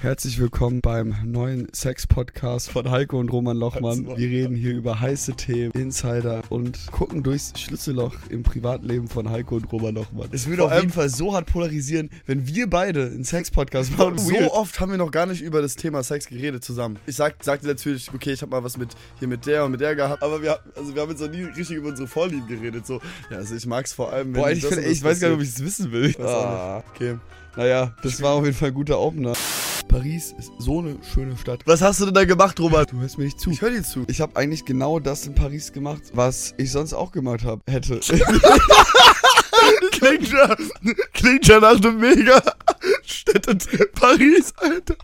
Herzlich willkommen beim neuen Sex-Podcast von Heiko und Roman Lochmann. Wir reden hier über heiße Themen, Insider und gucken durchs Schlüsselloch im Privatleben von Heiko und Roman Lochmann. Es würde auf jeden Fall so hart polarisieren, wenn wir beide einen Sex-Podcast machen. So oft haben wir noch gar nicht über das Thema Sex geredet zusammen. Ich sag, sagte natürlich, okay, ich habe mal was mit hier mit der und mit der gehabt, aber wir, haben- also wir haben jetzt noch nie richtig über unsere Vorlieben geredet. So, ja, also ich mag's vor allem, wenn Boah, das ich, und find, das ich weiß gar nicht, ob passiert. ich es wissen will. Weiß auch Ah. Okay. Naja, das war auf jeden Fall ein guter Opener. Paris ist so eine schöne Stadt. Was hast du denn da gemacht, Robert? Du hörst mir nicht zu. Ich höre dir zu. Ich habe eigentlich genau das in Paris gemacht, was ich sonst auch gemacht hab, hätte. Klingt ja, klingt ja nach einem mega Städtetrip Paris, Alter.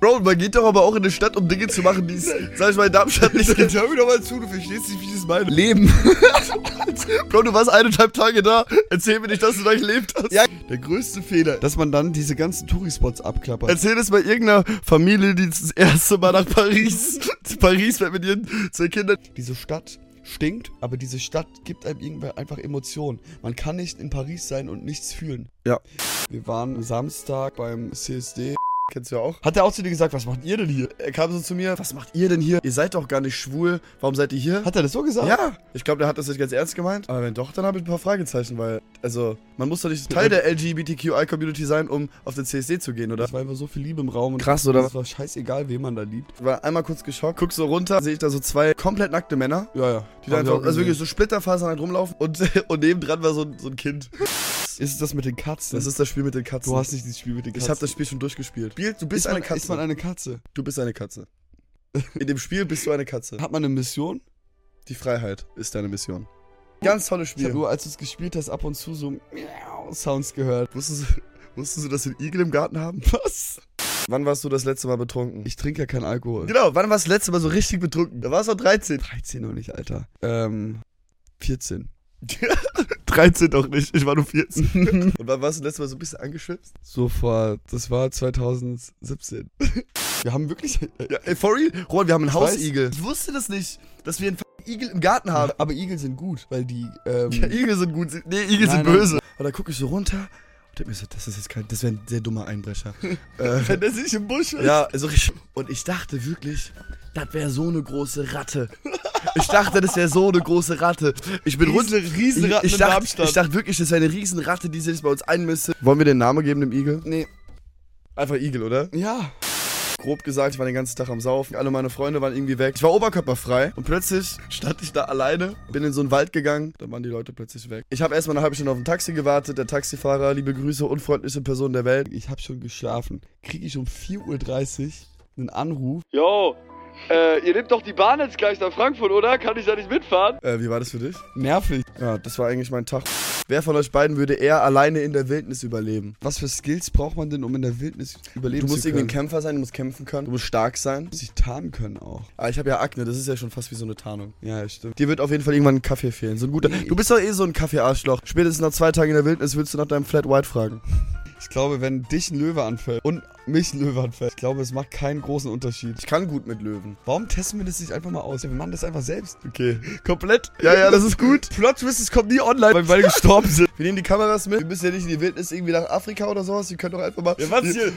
Bro, man geht doch aber auch in eine Stadt, um Dinge zu machen, die es, sag ich mal, in Darmstadt nicht gibt. hör mir doch mal zu, du verstehst nicht, wie ich das meine. Leben. Bro, du warst eineinhalb Tage da. Erzähl mir nicht, dass du da gelebt hast. Ja. Der größte Fehler. Dass man dann diese ganzen Touri-Spots abklappert. Erzähl es mal irgendeiner Familie, die das erste Mal nach Paris, zu Paris fährt mit ihren zwei Kindern. diese Stadt stinkt, aber diese Stadt gibt einem irgendwann einfach Emotionen. Man kann nicht in Paris sein und nichts fühlen. Ja. Wir waren am Samstag beim CSD. Kennst du ja auch. Hat er auch zu dir gesagt, was macht ihr denn hier? Er kam so zu mir, was macht ihr denn hier? Ihr seid doch gar nicht schwul, warum seid ihr hier? Hat er das so gesagt? Ja, ich glaube, der hat das nicht ganz ernst gemeint. Aber wenn doch, dann habe ich ein paar Fragezeichen, weil, also, man muss doch nicht Teil der LGBTQI-Community sein, um auf den CSD zu gehen, oder? Das war immer so viel Liebe im Raum. Und Krass, oder? Es war scheißegal, wen man da liebt. Ich war einmal kurz geschockt, guck so runter, sehe ich da so zwei komplett nackte Männer, Ja, ja. die da einfach, also wirklich so Splitterfasern halt rumlaufen und, und nebendran war so, ein- so ein Kind. Ist es das mit den Katzen? Das ist das Spiel mit den Katzen. du hast nicht dieses Spiel mit den Katzen. ich habe das Spiel schon durchgespielt. Spiel, du bist Ist man, eine Katze. Ist man eine Katze? du bist eine Katze. In dem Spiel bist du eine Katze. Hat man eine Mission? Die Freiheit ist deine Mission. Ganz tolles Ich habe Spiel. nur, als du es gespielt hast, ab und zu so Miau Sounds gehört. Wusstest, du- wusstest du, dass wir einen Igel im Garten haben? Was? Wann warst du das letzte Mal betrunken? Ich trinke ja keinen Alkohol. Genau, wann warst du das letzte Mal so richtig betrunken? Da warst du 13. 13 noch nicht, Alter. Ähm, 14. 13 doch nicht, ich war nur 14. Und wann warst du das letzte Mal so ein bisschen angeschwipst? So vor, das war 2017. Wir haben wirklich, Ja, ey, for real? Roman, wir haben einen Äh, Ich weiß. Hausigel. Ich wusste das nicht, dass wir einen f***ing Igel im Garten haben. aber Igel sind gut, weil die, ähm, Ja, Igel sind gut. Nee, Igel Nein, sind nein. böse. Und da gucke ich so runter und denk mir so, das ist jetzt kein, das wäre ein sehr dummer Einbrecher. äh, wenn der sich im Busch ist. Ja, also ich, und ich dachte wirklich, das wäre so eine große Ratte. Ich dachte, das wäre so eine große Ratte. Ich bin runter. Ich, Riesenratten ich, dachte, ich dachte wirklich, das wäre eine Riesenratte, die sich jetzt bei uns einmisste. Wollen wir den Namen geben dem Igel? nee, Einfach Igel, oder? ja. Grob gesagt, ich war den ganzen Tag am Saufen. Alle meine Freunde waren irgendwie weg. Ich war oberkörperfrei. Und plötzlich stand ich da alleine, bin in so einen Wald gegangen. Dann waren die Leute plötzlich weg. Ich habe erstmal eine halbe Stunde auf ein Taxi gewartet. Der Taxifahrer, liebe Grüße, unfreundlichste Person der Welt. Ich habe schon geschlafen. Kriege ich um 4.30 Uhr einen Anruf. Jo, äh, ihr nehmt doch die Bahn jetzt gleich nach Frankfurt, oder? Kann ich da nicht mitfahren? Äh, wie war das für dich? Nervig. Ja, das war eigentlich mein Tag. Wer von euch beiden würde eher alleine in der Wildnis überleben? Was für Skills braucht man denn, um in der Wildnis überleben Du musst zu irgendwie ein können? Kämpfer sein, du musst kämpfen können, du musst stark sein. Du musst dich tarnen können auch. Ah, ich habe ja Akne, das ist ja schon fast wie so eine Tarnung. Ja, stimmt. Dir wird auf jeden Fall irgendwann ein Kaffee fehlen. So ein guter. Nee. Du bist doch eh so ein Kaffee-Arschloch. Spätestens nach zwei Tagen in der Wildnis willst du nach deinem Flat White fragen. Ich glaube, wenn dich ein Löwe anfällt und mich ein Löwe anfällt, ich glaube, es macht keinen großen Unterschied. Ich kann gut mit Löwen. Warum testen wir das nicht einfach mal aus? Wir machen das einfach selbst. Okay. Komplett. Ja, ja, das ist gut. Plot Twist, es kommt nie online, weil wir beide gestorben sind. Wir nehmen die Kameras mit. Wir müssen ja nicht in die Wildnis irgendwie nach Afrika oder sowas. Wir können doch einfach mal. One, Wir-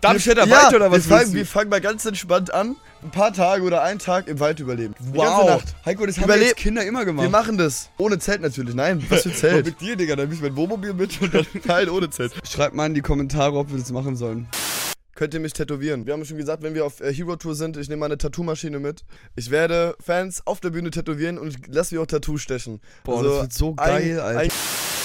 ja, wir fangen, wir fangen mal ganz entspannt an. Ein paar Tage oder einen Tag im Wald überleben. Die ganze Wow. Nacht. Heiko, das haben Überleb- wir jetzt Kinder immer gemacht. Wir machen das. Ohne Zelt natürlich. Nein, was für Und Zelt? mit dir, Digga, dann nehme ich mein Wohnmobil mit und dann... Nein, ohne Zelt. Schreibt mal in die Kommentare, ob wir das machen sollen. Könnt ihr mich tätowieren? Wir haben schon gesagt, wenn wir auf äh, Hero Tour sind, ich nehme meine Tattoo-Maschine mit. Ich werde Fans auf der Bühne tätowieren und ich lasse mir auch Tattoo stechen. Boah, das wird so Also ein- geil, Alter. ein-